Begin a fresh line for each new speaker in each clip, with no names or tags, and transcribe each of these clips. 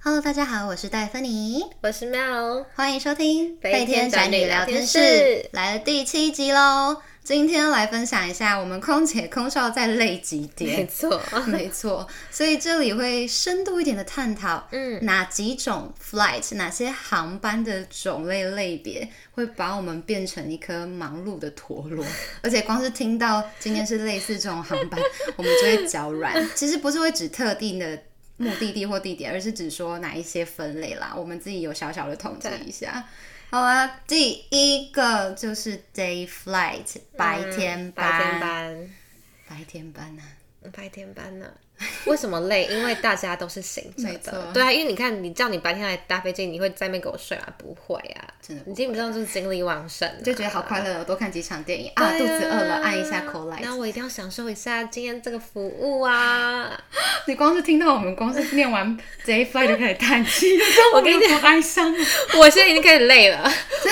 Hello，大家好，我是戴芬妮，
我是妙，
欢迎收听《
飞天宅女聊天室
来了第七集喽。今天来分享一下我们空姐空少在累几
没
点，
错，
没错，所以这里会深度一点的探讨，
嗯，
哪几种 flight，哪些航班的种类类别会把我们变成一颗忙碌的陀 螺？而且光是听到今天是类似这种航班，我们就会脚软。其实不是会指特定的目的地或地点，而是指说哪一些分类啦。我们自己有小小的统计一下。好啊，第一个就是 day flight，白天
嗯白天
班，
班，嗯
白天班啊，
白天班呢？为什么累？因为大家都是醒着
没错
的，对啊，因为你看，你叫你白天来搭飞机，你会在那边给我睡吗？不会啊，
真的不
你基本上就是精力旺盛啊，
就觉得好快乐哦，多看几场电影
对
啊，
啊。
肚子饿了按一下口来。
那我一定要享受一下今天这个服务 啊！
你光是听到我们光是念完 J Fly 就开始叹 气，你知道我跟你多哀伤啊 吗？
我现在已经开始累了，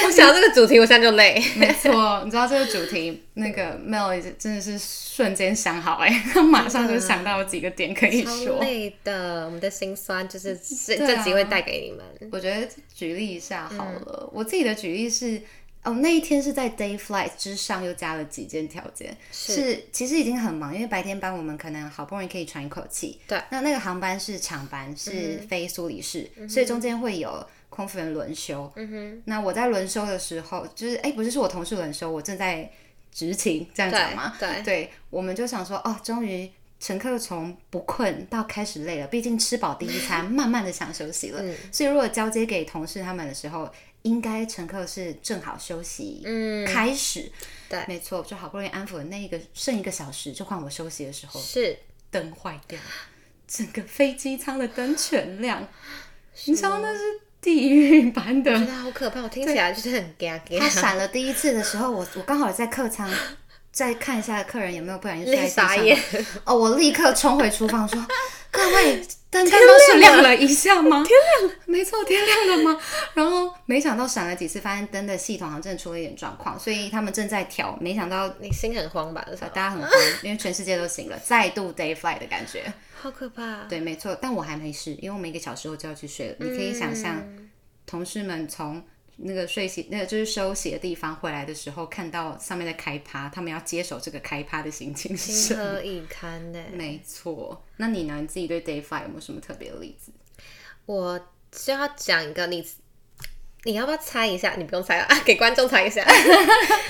我想到这个主题，我现在就累。
没错，你知道这个主题，那个 Mel 真的是瞬间想好哎、他马上就想到有几个点可以
超
说。
累的，我们的心酸就是这、
对啊
这集会带给你们。
我觉得举例一下
嗯
好了，我自己的举例是。哦，那一天是在 day flight 之上又加了几件条件，
是
其实已经很忙，因为白天班我们可能好不容易可以喘一口气，
对，嗯
那那个航班是长班，是飞苏黎世，所以中间会有空服员轮休，
嗯哼，
那我在轮休的时候，就是哎、不是是我同事轮休，我正在执勤，这样讲吗？
对对
我们就想说，哦，终于乘客从不困到开始累了，毕竟吃饱第一餐，慢慢的想休息了。
嗯
所以如果交接给同事他们的时候，应该乘客是正好休息，嗯，开始，
对，
没错，就好不容易安抚了那一个剩一个小时，就换我休息的时候，
是
灯坏 掉了，整个飞机舱的灯全亮，你知道那是地狱般的
觉得好可怕，我听起来就是很嘎
他
嘎。
闪了第一次的时候，我我刚好在客舱，再看一下客人有没有不小心摔在地
立
上
傻眼。
哦，我立刻冲回厨 房说：“各位，灯刚刚是亮了一下吗？天亮了，没错，天亮了吗？” 然后没想到闪了几次，发现灯的系统好像真的出了一点状况，所以他们正在调。没想到呃
你心很慌吧？这时候
大家很慌，因为全世界都醒了，再度 day fly 的感觉。
好可怕。
对，没错，但我还没事，因为我们一个小时后就要去睡了。你可以想象，同事们从那个睡息，那个就是休息的地方回来的时候，看到上面在开趴，他们要接手这个开趴的心情是什
情
么？
何以堪 呢？
没错，那你呢？你自己对 Day Five 有没有什么特别的例子？
我就要讲一个你，你要不要猜一下？你不用猜了， 给观众猜一下，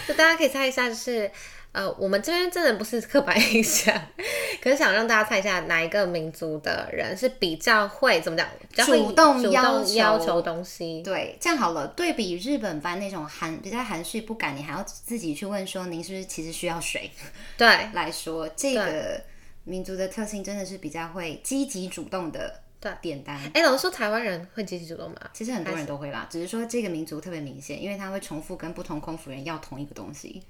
就大家可以猜一下，就是呃，我们这边真的不是刻板印象， 可是想让大家猜一下哪一个民族的人是比较会怎么讲，比较会
主动
主
要求
动要求东西。
对，这样好了，对比日本班那种含比较含蓄不敢，你还要自己去问说您是不是其实需要水
对
来说，这个民族的特性真的是比较会积极主动的
对
点单。
哎、老师说台湾人会积极主动吗？
其实很多人都会啦，只是说这个民族特别明显，因为他会重复跟不同空服员要同一个东西，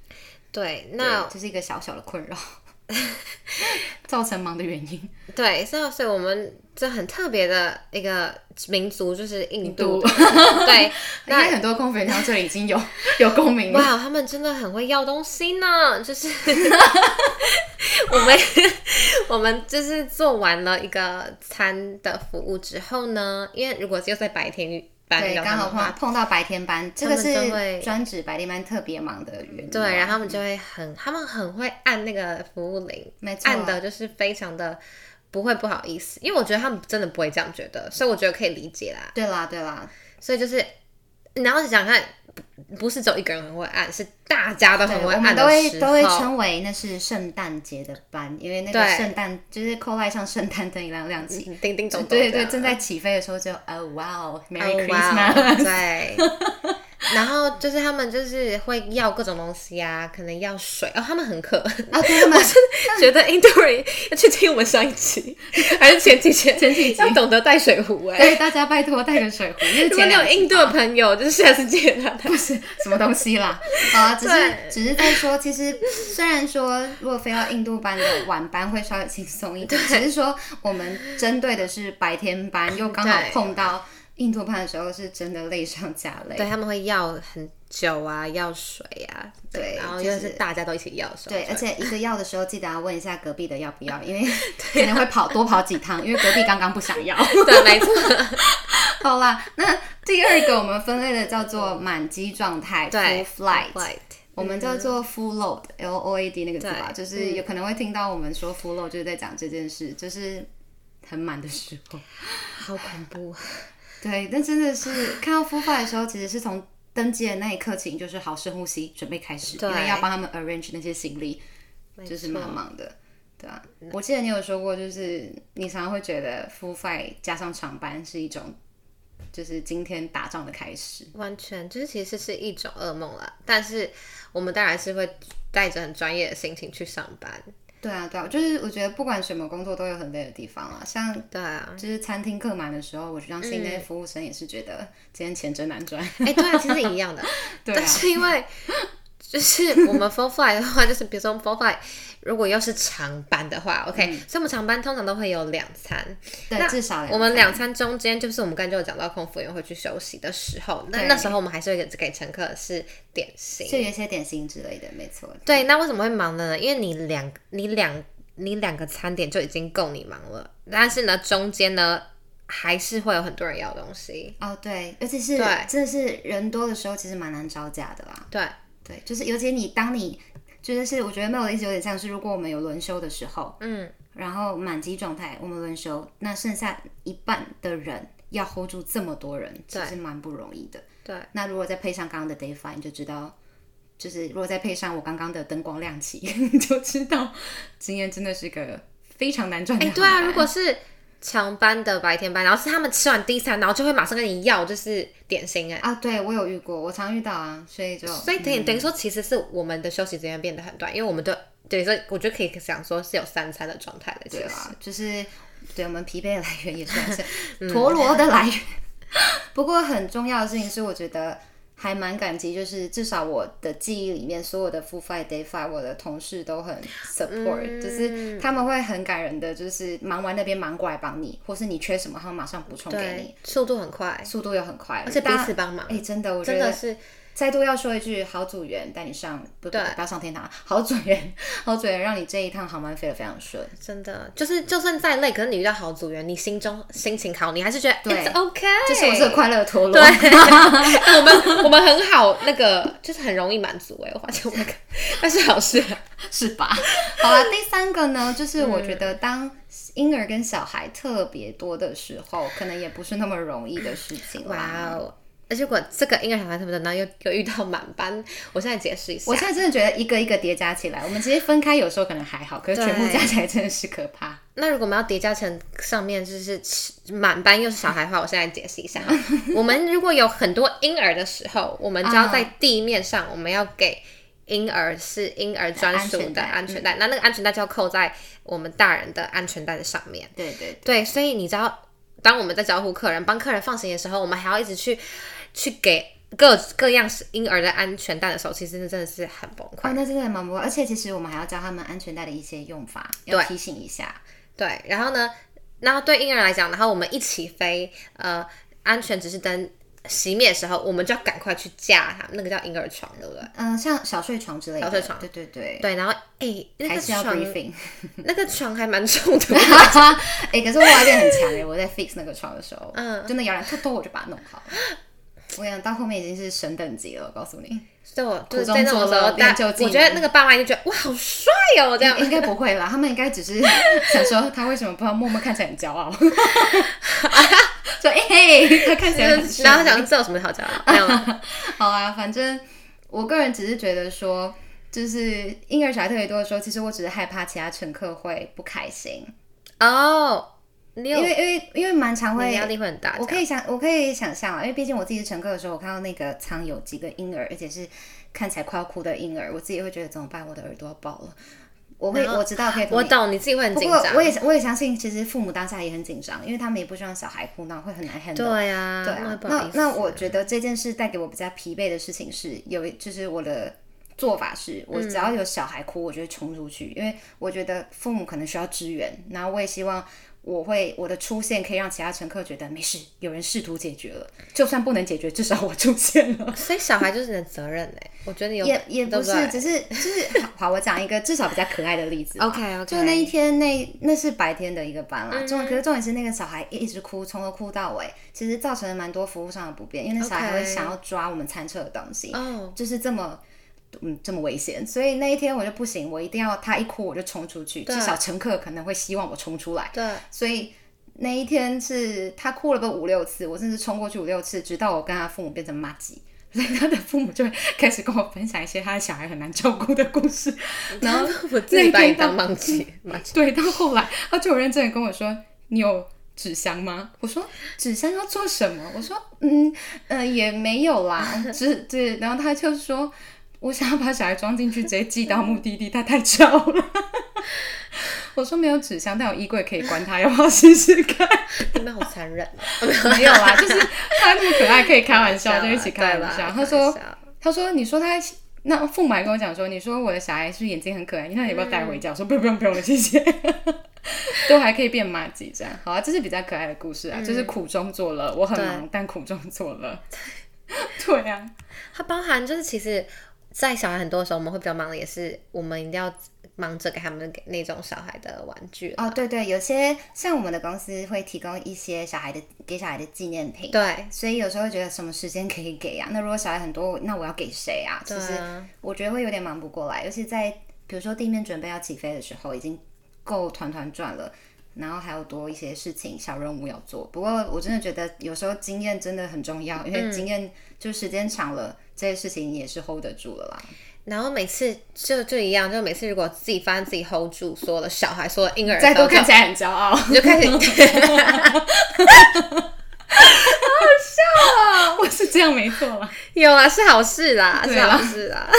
对，那
对这是一个小小的困扰， 造成忙的原因。
对，所以所以我们这很特别的一个民族就是印
度 哎
度， 对，
应该很多空服员到这里已经有有共鸣了。
哇，他们真的很会要东西呢，就是 我们我们就是做完了一个餐的服务之后呢，因为如果又在白天班
对，
遇到
刚
他们
好
的话，
碰碰到白天班，这个
他们就会
是专指白天班特别忙的原因。
对，然
嗯
后他们就会很，他们很会按那个服务铃，
没错
按的就是非常的不会不好意思，因为我觉得他们真的不会这样觉得，所以我觉得可以理解啦。
对啦对啦，
所以就是，然后想想看，不不是只有一个人很会按，是大家都
对
很会
我们
按
都
的
会
时
都会
候，
称为那是圣诞节的班，因为那个
对嗯
圣诞就是扣 o 上圣诞灯一亮亮起。
叮叮咚咚，
对对，正在起飞的时候就哦哇哦，Merry
哦哇
Christmas，、
哦对。然后就是他们就是会要各种东西啊，可能要水哦，他们 很渴，
啊，对他们
觉得印度人要去听我们上 一集还是前几集，前
几集
要懂得带水壶哎、
所以大家拜托带个水壶，因为
如果
前
你有
两
印度的朋友，就是下次见啊他。
不是什么东西啦，好啊，只是
对
只是在说，其实虽然说如果非要印度班的晚班会稍微轻松一点，只是说我们针对的是白天班，又刚好
对
碰到印度班的时候，是真的累上加累。
对他们会要很久啊，要水啊，
对
然后
就
又
是
是大家都一起要水，
对，而且一个要的时候，记得要问一下隔壁的 要不要，因为可能会跑多跑几趟，因为隔壁刚刚不想要。
对，没错。
好啦，那第二个我们分类的叫做满机状态 （full
对
flight）。
flight
我们叫做 full load，L O A D 那个字吧，
对
就是有可能会听到我们说 full load，就是在讲这件事，就是很满的时 候。
好恐怖，
对，但真的是看到 full flight 的时候，其实是从登机的那一刻起，就是好深呼吸，准备开始，因
对
为要帮他们 arrange 那些行李，就是
没
蛮
错
忙的。对啊，我记得你有说过，就是你常常会觉得 full flight 加上长班是一种，就是今天打仗的开始。
完全就是其实是一种噩梦了。但是我们当然是会带着很专业的心情去上班。
对啊，对啊，就是我觉得不管什么工作都有很累的地方啊，像
对啊，嗯
就是餐厅客满的时候，我就让新那些服务生也是觉得今天钱真难 赚。
哎、对啊，其实一样的。
对啊
但，是因为就是我们 full flight 的话，就是比如说 full flight 如果又是长班的话，OK，、所以我们长班通常都会有两餐，
对，至少
我们两餐中间就是我们刚才就有讲到空服员会去休息的时候，那
对
那时候我们还是会给给乘客是点心。
就有一些点心之类的，没错。
对，那为什么会忙呢？因为你两你两你两个餐点就已经够你忙了，但是呢，中间呢还是会有很多人要东西。
哦，对，尤其是
对
真的是人多的时候，其实蛮难招架的啦。
对，
对，就是尤其你当你就是是，我觉得没有意思，有点像是如果我们有轮休的时候，
嗯，
然后满级状态，我们轮休，那剩下一半的人要 hold 住这么多人，其实蛮不容易的。
对，
那如果再配上刚刚的 day five，你就知道，就是如果再配上我刚刚的灯光亮起， 你就知道今天真的是个非常难赚的
哎、
行
对啊，
业
如果是长班的白天班，然后是他们吃完第一餐，然后就会马上跟你要就是点心哎、
啊，对我有遇过，我常遇到啊，所以就
所以等于等于说，其实是我们的休息时间变得很短，因为我们对等于说，我觉得可以想说是有三餐的状态的，其
对
实
啊，就是对我们疲惫的来源也是 来
嗯
自陀螺的来源。 不过很重要的事情是，我觉得还蛮感激，就是至少我的记忆里面，所有的 full five day five，我的同事都很 support，、就是
嗯
他们会很感人的，就是忙完那边忙过来帮你，或是你缺什么，他们马上补充给你，
对，速度很快，
速度又很快，
而且彼
大家
此帮忙
哎、，真的，我觉
真
得
的是
再度要说一句，好组员带你上，不不
对
不要上天堂，好组员， 好组员让你这一趟航班飞得非常顺。
真的，就是就算再累，可是你遇到好组员，你心中心情好，你还是觉得
对
it's OK，
这是我是个快乐的陀螺。
对，我们 我们很好，那个就是很容易满足哎、我发现我们， 但是嗯好事、
是吧？ 好了，第三个呢，就是我觉得当婴儿跟小孩特别多的时候，可能也不是那么容易的事情啦。
哇哦！而且我这个婴儿小孩什么的，然后又又遇到满班，我现在解释一下
我。现在真的觉得一个一个叠加起来，我们其实分开有时候可能还好，可是全部
对
加起来真的是可怕。
那如果我们要叠加成上面就是满班又是小孩的话，我现在解释一下。我们如果有很多婴儿的时候，我们就
啊
要在地面上，我们要给婴儿是婴儿专属的
安
安
全嗯
全带，那那个安全带就要扣在我们大人的安全带的上面。
对对
对，所以你知道，当我们在招呼客人、帮客人放行的时候，我们还要一直去去给各各样婴儿的安全带的时候，其实那真的是很崩
哦
溃。，
那真的还蛮不，而且其实我们还要教他们安全带的一些用法，要提醒一下。
对，然后呢，然后对婴儿来讲，然后我们一起飞，呃，安全指示灯熄灭的时候，我们就要赶快去架它，那个叫婴儿床，对不对？
嗯、像小睡床之类的，
小睡床
对对对，
对，然后哎，那
还
个
是要
床，
briefing。。
那个床还蛮重的
哎、可是我外变很强哎、 我在 fix 那个床的时候，嗯，
嗯
真的摇篮偷偷我就把它弄 好。我想到后面已经是神等级了，我告诉你，
对，我 就是
中
在那
作
种时
乐
候，
练
大
就技
我觉得
能
那个爸妈就觉得哇，好帅哦，这样。
应该不会啦，他们应该只是 想说他为什么不知道默默看起来很骄傲， 说哎、嘿，他看起来很帅
然后想说这有什么好讲的？没有了。
好啊，反正我个人只是觉得说，就是婴儿小孩特别多的时候，其实我只是害怕其他乘客会不开心，
哦，你有
因为因为因为蛮常
你
会
压力会很大，
我可以想，我可以想象啊，因为毕竟我自己是乘客的时候，我看到那个舱有几个婴儿，而且是看起来快要哭的婴儿，我自己会觉得怎么办？我的耳朵要爆了。我会
然后
我知道可以同
我
意，
懂你自己会很
不
紧
过
张
我。也我也相信，其实父母当下也很紧张，因为他们也不希望小孩哭闹，会很难 handle。
对呀，
对
那会
啊，
不好
那
意思
那我觉得这件事带给我比较疲惫的事情是，有一就是我的做法是，我只要有小孩哭，我就会冲出去，因为我觉得父母可能需要支援，然后我也希望我会我的出现可以让其他乘客觉得没事，有人试图解决了，就算不能解决，至少我出现了。
所以小孩就是你的责任哎、我觉得你 有
也也
对
不
不
是，
对
只是就是好好，我讲一个至少比较可爱的例 子吧。
OK，OK
就那一天那那是白天的一个班
嗯
啦，重、可是重点是那个小孩一直哭，从头哭到尾，其实造成了蛮多服务上的不便，因为那小孩
OK
会想要抓我们餐车的东西
哦
就是这么。嗯，这么危险，所以那一天我就不行，我一定要他一哭我就冲出去，至少乘客可能会希望我冲出来。
对，
所以那一天是他哭了个五六次，我甚至冲过去五六次，直到我跟他父母变成妈吉。所以他的父母就会开始跟我分享一些他的小孩很难照顾的故事， 然后
我自己把你
那天到
当盲棋，盲棋
对，到后来他就有认真的跟我说：“你有纸箱吗？”我说：“纸箱要做什么？”我说：“嗯，呃，也没有 啦，只对。”然后他就说：“我想要把小孩装进去，直接寄到目的地，他太吵了。”我说：“没有纸箱，但有衣柜可以关它，要不要试试 看？”
你们好残忍 哦、
没有啦，就是他那么可爱，可以开玩啊笑，就一起开玩
啊对
笑。
吧
他说
开玩笑，
他说，你说他那父母还跟我讲说，你说我的小孩是不是眼睛很可爱，那你要不要带回家？我说不用不用不用了，谢 谢。都还可以变妈吉这样，好啊，这是比较可爱的故事啊，就是苦中作乐，我很忙，但苦中作乐。 对啊，
它包含就是其实，在小孩很多的时候，我们会比较忙的，也是我们一定要忙着给他们给那种小孩的玩具。
哦对对，有些像我们的公司会提供一些小孩的给小孩的纪念品，
对，
所以有时候会觉得什么时间可以给啊？那如果小孩很多，那我要给谁啊？其
对
实
啊
我觉得会有点忙不过来，尤其在比如说地面准备要起飞的时候，已经够团团转了，然后还有多一些事情小任务要做。不过我真的觉得有时候经验真的很重要，因为经验就时间长了，这些事情也是 hold 得住了啦。
然后每次就就一样，就每次如果自己发现自己 hold 住所有的小孩、所有的婴儿的
再
时
多
候，就
看起来很骄 傲，
你就开始
啊我是这样没错啦。
有啊，是好事啦，
对
是
啊
好事啦。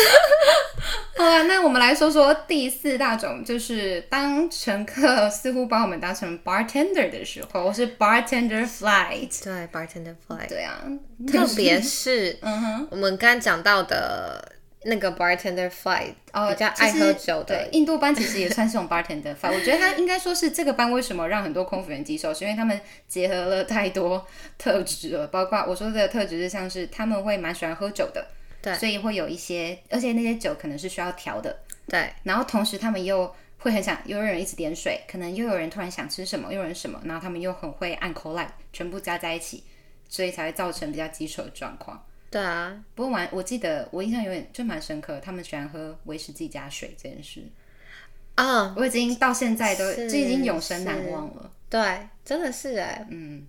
好了，那我们来说说第四大种，就是当乘客似乎把我们当成 bartender 的时候，是 bartender flight。
对，bartender fly，
对啊，
特别是
嗯哼，
我们刚刚讲到的那个 bartender fly，
哦，
比较爱喝酒的
对，印度班其实也算是我们 bartender 饭。我觉得他应该说是这个班为什么让很多空服员棘手，是因为他们结合了太多特质了，包括我说的特质是像是他们会蛮喜欢喝酒的，
对
所以会有一些，而且那些酒可能是需要调的，
对，
然后同时他们又会很想，又有人一直点水，可能又有人突然想吃什么，又有人什么，然后他们又很会按口来，全部加在一起，所以才会造成比较棘手的状况。
对啊，
不过蛮，我记得我印象有点就蛮深刻，他们喜欢喝威士忌加水这件事，
嗯，
我已经到现在都
是
这已经永生难忘了。
对，真的是哎。
嗯，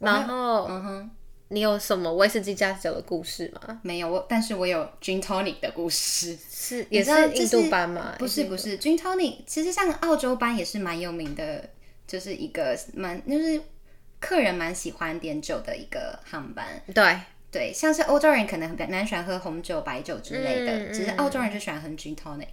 然后
嗯哼，
你有什么威士忌加酒的故事吗？
嗯没有我，但是我有 gin tonic 的故 事。
是
你
也
知道
是
就是
印度班吗？
不是不是，gin tonic 其实像澳洲班也是蛮有名的，就是一个蛮就是客人蛮喜欢点酒的一个航班。
对，
对，像是欧洲人可能很蛮喜欢喝红酒、白酒之类的，
嗯
只是
嗯
澳洲人就喜欢喝 gin tonic。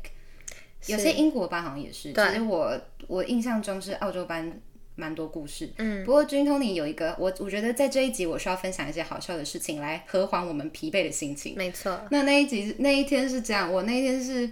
有些英国班好像也是，其
对
实我我印象中是澳洲班蛮多故事。嗯，不过 gin tonic 有一个，我我觉得在这一集我需要分享一些好笑的事情来合缓我们疲惫的心情。
没错，
那那一集那一天是这样，我那一天是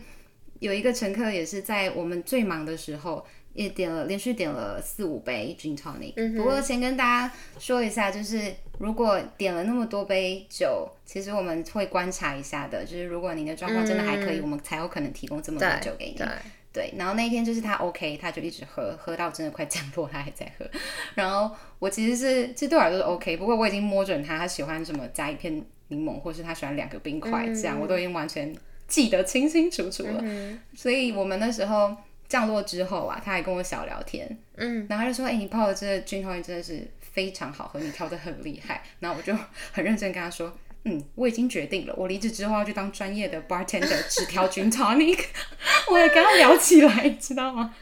有一个乘客也是在我们最忙的时候，也点了连续点了四五杯 gin tonic、不
嗯
过先跟大家说一下，就是如果点了那么多杯酒，其实我们会观察一下的，就是如果你的状况真的还可以，我们才有可能提供这么多
嗯对
酒给你。
对，
对，然后那一天就是他 OK，他就一直喝，喝到真的快降落，他还在喝。 然后我其实是，其实对我来说是 OK，不过我已经摸准他，他喜欢什么加一片柠檬，或是他喜欢两个冰块，这
嗯
样我都已经完全记得清清楚楚了。所以我们那时候降落之后啊，他还跟我小聊天，嗯，然后他就说：“哎、你泡的这个菌汤真的是非常好喝，你调的很厉害。”然后我就很认真跟他说。嗯，我已经决定了，我离职之后要去当专业的 bartender，只调 gin tonic。我也跟他聊起来，你知道吗？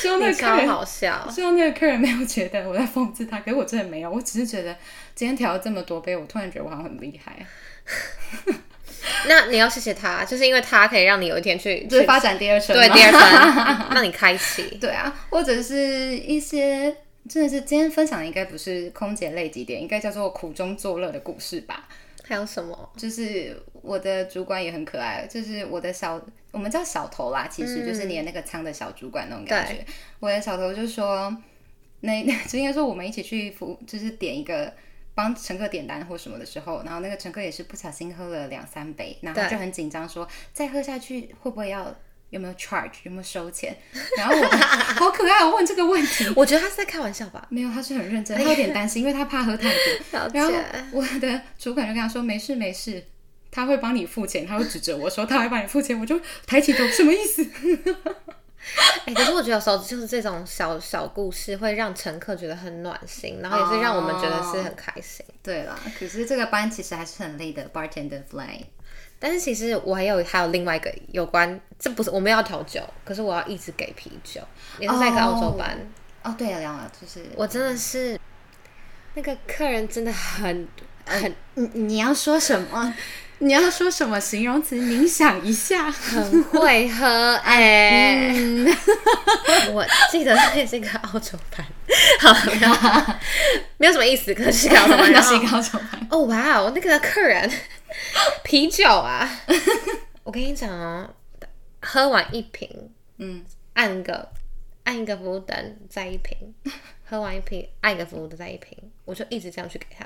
希望那
你
个客
超
人
好笑，
希望那个客人没有觉得我在讽刺他，可是我真的没有，我只是觉得今天调了这么多杯，我突然觉得我好像很厉害，
那你要谢谢他，就是因为他可以让你有一天去
就是
去
发展第二层嘛。
对第二层，让你开启。
对啊，或者是一些真的是今天分享的应该不是空姐类几点，应该叫做苦中作乐的故事吧。
还有 什么？
就是我的主管也很可爱，就是我的小，我们叫小头啦，其实就是你的那个舱的小主管那种感觉。我的小头就说，那 就应该说我们一起去服，就是点一个帮乘客点单或什么的时候，然后那个乘客也是不小心喝了两三杯，然后
对
就很紧张说再喝下去会不会要有没有 charge 有没有收钱？然后我 好可爱，我问这个问题。
我觉得他是在开玩笑吧。
没有，他是很认真，他有点担心，因为他怕喝太 多。
了
然后
解，
我的主管就跟他说：“没事没事，他会帮你付钱。”他会指着我说：“他会帮你付钱。”我就抬起头，什么意思？
哎、可是我觉得有时候就是这种小小故事会让乘客觉得很暖心，然后也是让我们觉得是很开心。
对啦，可是这个班其实还是很累的，bartender fly。
但是其实我还有还有另外一个有关，这不是我们要调酒，可是我要一直给啤酒，也是在一个澳洲班。
哦，对了，聊了就是
我真的是那个客人真的很很
你你要说什么？ 你要说什么形容词？冥想一下。
很会喝哎、
嗯，
我记得那是一个澳洲班， 好，没有没有什么意思，可是是个澳洲班，
那
然 后
是高手吧？
哦哇哦，那个客 人啤酒啊，我跟你讲哦，喝完一瓶，
嗯，
按个按一个服务灯再一 瓶，喝完一瓶按一个服务灯再一瓶，我就一直这样去给他。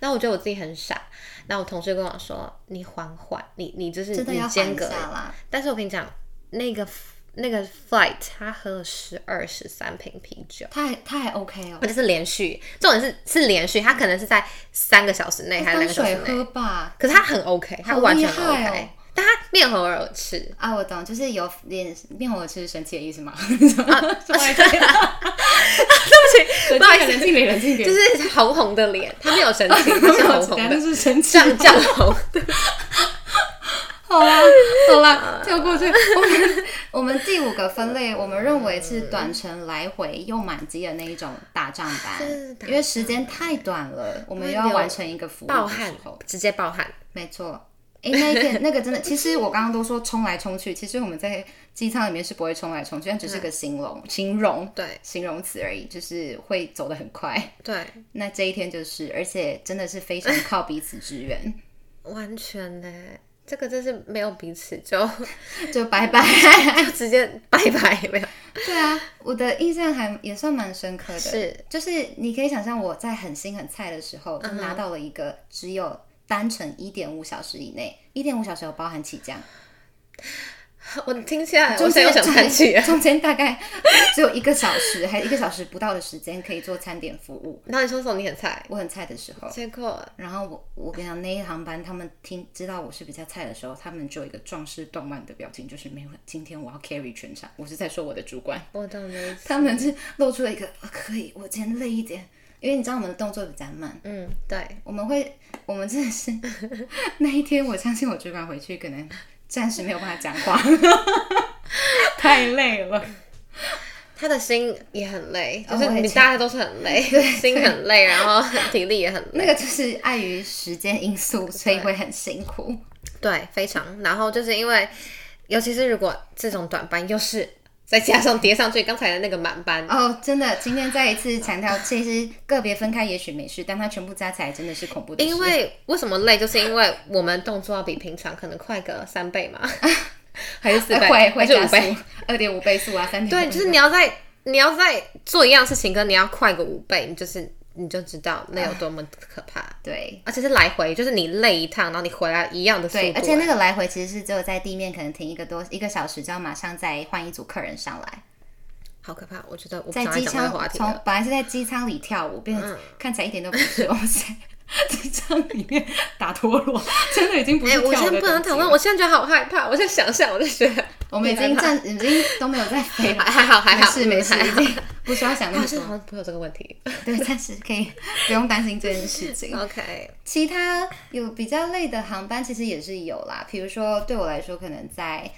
然后我觉得我自己很傻，然后我同事跟我说：“你缓缓，你你就是
嗯真的
你
要缓
间
一
隔
下。啦。”
但是我跟你讲，那个 f- 那个 flight 他喝了十二十三瓶啤酒。
他还他还 OK 哦
而，且是连续，重点是是连续，他可能是在三个小时内还是
当
两个小时
哎水
内
喝吧。
可是他很 OK，他
好
完全
厉
很
害
OK，、
哦
但他面红耳赤，
啊，我懂，就是有点面红耳赤是生气的意思吗？
啊
怎么还这样
对不起，不好
冷
意
静
思，
点，冷静点。
就是红红的脸，他没有神情，他是红
我
红
刚刚
的，
是生气。
涨涨红。
好啦，好
啊
啦，跳过去。我们我们第五个分类，我们认为是短程来回又满级的那一种打仗
是
班
打，仗
因为时间太短了，我们又要完成一个服务
暴
的时
汗
候，，
直接暴汗，
没错。哎、那一天那个真的，其实我刚刚都说冲来冲去，其实我们在机舱里面是不会冲来冲去，但只是个形容、形容
对
形容词而已，就是会走得很快。
对，
那这一天就是，而且真的是非常靠彼此支援，
完全呢，这个真是没有彼此就
就拜拜。
就直接拜拜，没有
对啊， 我的印象还也算蛮深刻的，
是
就是你可以想象我在很新很菜的时候，就拿到了一个只有单程一点五小时以内，一点五小时有包含起降，
我听起来，
中
我现在
间
又想叹气了。
中间大概只有一个小时，还一个小时不到的时间可以做餐点服务。
然后你说什么？你很菜，
我很菜的时候，
结果
然后我我跟你讲那一航班，他们听知道我是比较菜的时候，他们就有一个壮士断腕的表情，就是没有今天我要 carry 全场，我是在说我的主管。
我懂你的意 思，
他们是露出了一个、啊、可以，我今天累一点，因为你知道我们的动作比较慢，
嗯，对，
我们会，我们真的是那一天，我相信我主管回去可能暂时没有办法讲 话， 太累了。
他的心也很累，
哦
就是
我也
你
觉得
大家都是很累，心很累，然后体力也很累
那，个就是碍于时间因 素，所以会很辛苦。
对，非常。然后就是因为，尤其是如果这种短班又是再加上叠上去刚才的那个满班，
哦，真的，今天再一次强调，其实个别分开也许没事，但它全部加起来真的是恐怖的事。
因为为什么累，就是因为我们动作要比平常可能快个三倍 嘛，还是四
呃
倍，
会会
还是
加
五
速
倍？，
二点五倍速啊，三点
对，就是你要在你要在做一样事情，跟你要快个五倍，你就是你就知道那有多么可怕。
对。
而且是来回，就是你累一趟，然后你回来一样的速度
对，，
哎
而且那个来回其实是只有在地面可能停一个多一个小时，就要马上再换一组客人上来，
好可怕！我觉得我不
在
想再
机
讲这个
舱
话题
从
了。嗯
本来是在机舱里跳舞，变成、看起来一点都不是，我 在机舱里面打陀螺，真的已经不
哎、
是跳舞
我
的、
现在不能讨论，，我现在觉得好害怕，我现在想象我就觉得
我们已经暂已经都没有在飞了
还， 还好还
没
好，
事没事，
还
已
好
经不需要想那
好
么
像
多，
好 像不会有这个问 题。
对，暂时可以不用担心这件事情。
OK，
其他有比较累的航班，其实也是有啦。比如说，对我来说，可能在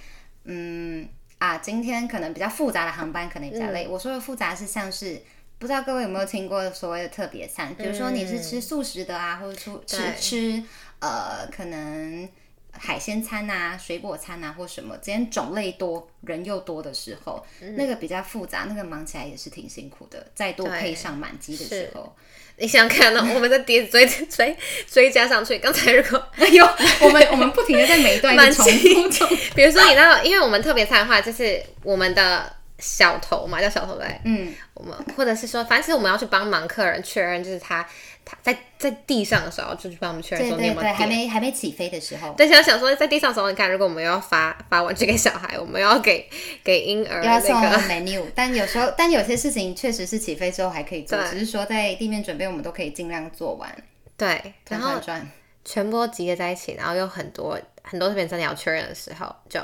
嗯啊，今天可能比较复杂的航班，可能比较累。我说的复杂是像是。不知道各位有没有听过所谓的特别餐，比如说你是吃素食的啊，或者出吃吃呃可能海鲜餐啊、水果餐啊或什么，今天种类多、人又多的时候，那个比较复杂，那个忙起来也是挺辛苦的。再多
对
配上满级的时
是
候，
你想看到我们再叠追 追追加上去？刚才如果
有，哎我们我们不停的在每一段一直重复重复
比如说你知道，因为我们特别菜的话，就是我们的小头嘛，叫小头对。
嗯，
我们或者是说，反正是我们要去帮忙客人确认，就是他他在在地上的时候，就去帮我们确认
对
说你
对
有没
对，
有
还
点。
没还没起飞的时候，
但想想说，在地上的时候，你看，如果我们要发发玩具给小孩，我们要给给婴儿
又要
那
送
个，
menu，但有时候，但有些事情确实是起飞之后还可以做，
对
只是说在地面准备，我们都可以尽量做完，
对，然
转
后
转转。
全部都集结在一起，然后有很多很多特别餐你要确认的时候，就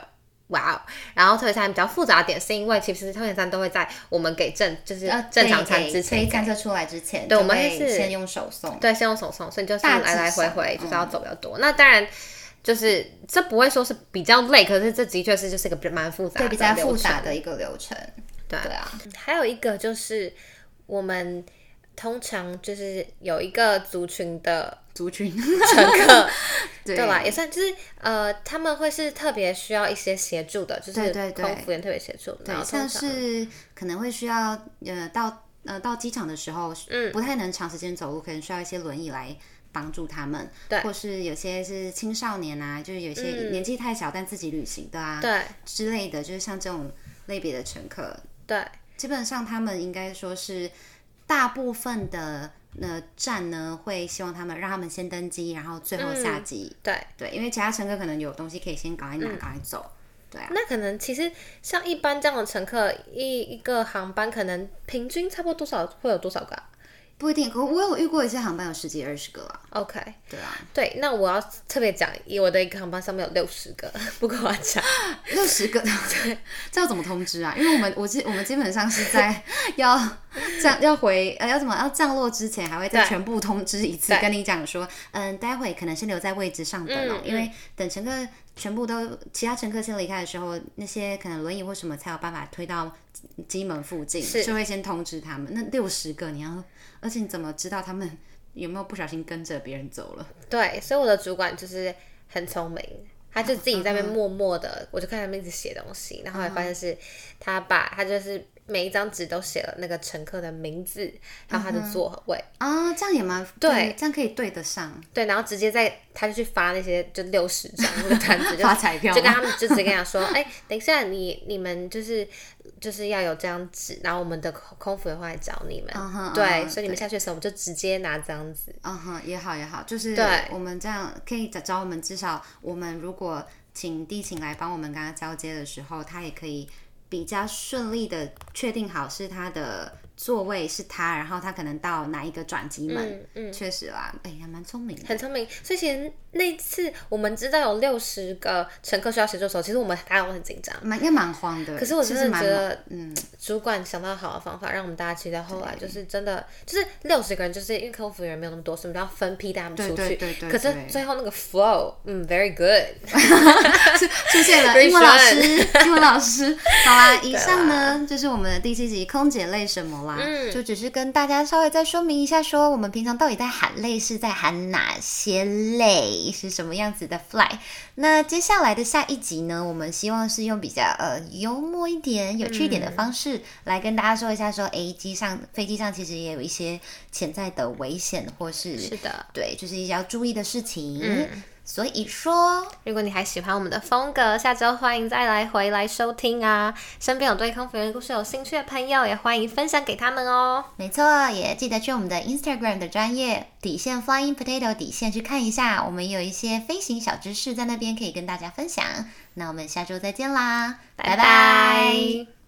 哇哦！然后特别餐比较复杂的点，是因为其实特别餐都会在我们给正就是
要
正常餐之
推
前
餐车出来之前，
对
就
我们还
会
是
先用手送。
对，先用手送，所以就是
大
来
致
来回
上嗯
回就是要走比较多。那当然就是这不会说是比较累，可是这的确是就是一个比蛮复杂的
对，比较
流
复杂
程
的一个流程。
对啊
对啊，
还有一个就是我们通常就是有一个族群的
族 群
乘客，
对
对吧？也算就是呃，他们会是特别需要一些协助的，就是
对对对
空服员特别协助的，然后
对，
通
像
常
是可能会需要呃到呃到机场的时候，
嗯
不太能长时间走路，可能需要一些轮椅来帮助他们，
对嗯
或是有些是青少年啊，就是有些年纪太小但自己旅行的啊，
对
之类的，就是像这种类别的乘客，
对
基本上他们应该说是大部分的呃站呢，会希望他们让他们先登机，然后最后下机。
嗯对。嗯
对，因为其他乘客可能有东西可以先赶快拿，赶、快走。对啊，
那可能其实像一般这样的乘客，一一个航班可能平均差不多多少会有多少个啊、
不一定。可我有遇过一些航班有十几二十个啦。
OK，
对啊，
对，那我要特别讲，以我的一个航班上面有六十个， 不夸张。
六十个， 这要怎么通知啊？因为我们我基我们基本上是 在要降要回呃要怎么要降落之前，还会再
对
全部通知一次，
对
跟你讲说，嗯，待会可能先留在位置上等哦，
嗯
因为等乘客全部都其他乘客先离开的时候，那些可能轮椅或什么才有办法推到机机门附近，
是
就会先通知他们。那六十个你要，而且你怎么知道他们有没有不小心跟着别人走了？
对，所以我的主管就是很聪明，他就自己
嗯
在那边默默的，我就看他们一直写东西，然后还发现是他把他就是每一张纸都写了那个乘客的名字，还有他
嗯
的座位，
啊、这样也蛮
对，
这样可以对得上。
对，然后直接在他就去发那些就六十张那个 单子，就
发彩票吗
就跟他们就直接跟他说，哎、等一下你你们就是就是要有这张纸，然后我们的空空服也会来找你们
嗯哼
对
嗯哼
所以你们下去的时候我们就直接拿这样子，
嗯哼，也好也好，就是
对
我们这样可以找找我们，至少我们如果请地勤来帮我们跟他交接的时候，他也可以比较顺利的确定好是他的座位是他，然后他可能到哪一个转机门。
嗯嗯，
确实啦，哎、还蛮聪明的。
很聪明。所以其实那次我们知道有六十个乘客需要协助的时候，其实我们大家都很紧张。
蛮应该蛮慌的，
可是我
就
真
是
的
蛮
觉得
嗯，
主管想到好的方法，让我们大家期待。后来就是真的，就是六十个人，就是因为客服人员没有那么多，所以我们要分批带他们出
对
去。
对对对
可是
对
最后那个 flow，嗯，very good。
出现了
Very
英文老师
fun
英文老师。好啦，以上呢就是我们的第七集《空姐累什么》啦，就只是跟大家稍微再说明一下，说我们平常到底在喊累是在喊哪些累，是什么样子的 fly。那接下来的下一集呢，我们希望是用比较呃幽默一点、有趣一点的方式、来跟大家说一下说，诶，机上飞机上其实也有一些潜在的危险，或是
是的，
对，就是一些要注意的事情。所以说，
如果你还喜欢我们的风格，下周欢迎再来回来收听啊！身边有对空服人故事有兴趣的朋友，也欢迎分享给他们哦。
没错，也记得去我们的 Instagram 的专业底线 Flying Potato 底线去看一下，我们也有一些飞行小知识在那边可以跟大家分享。那我们下周再见啦，拜拜
拜拜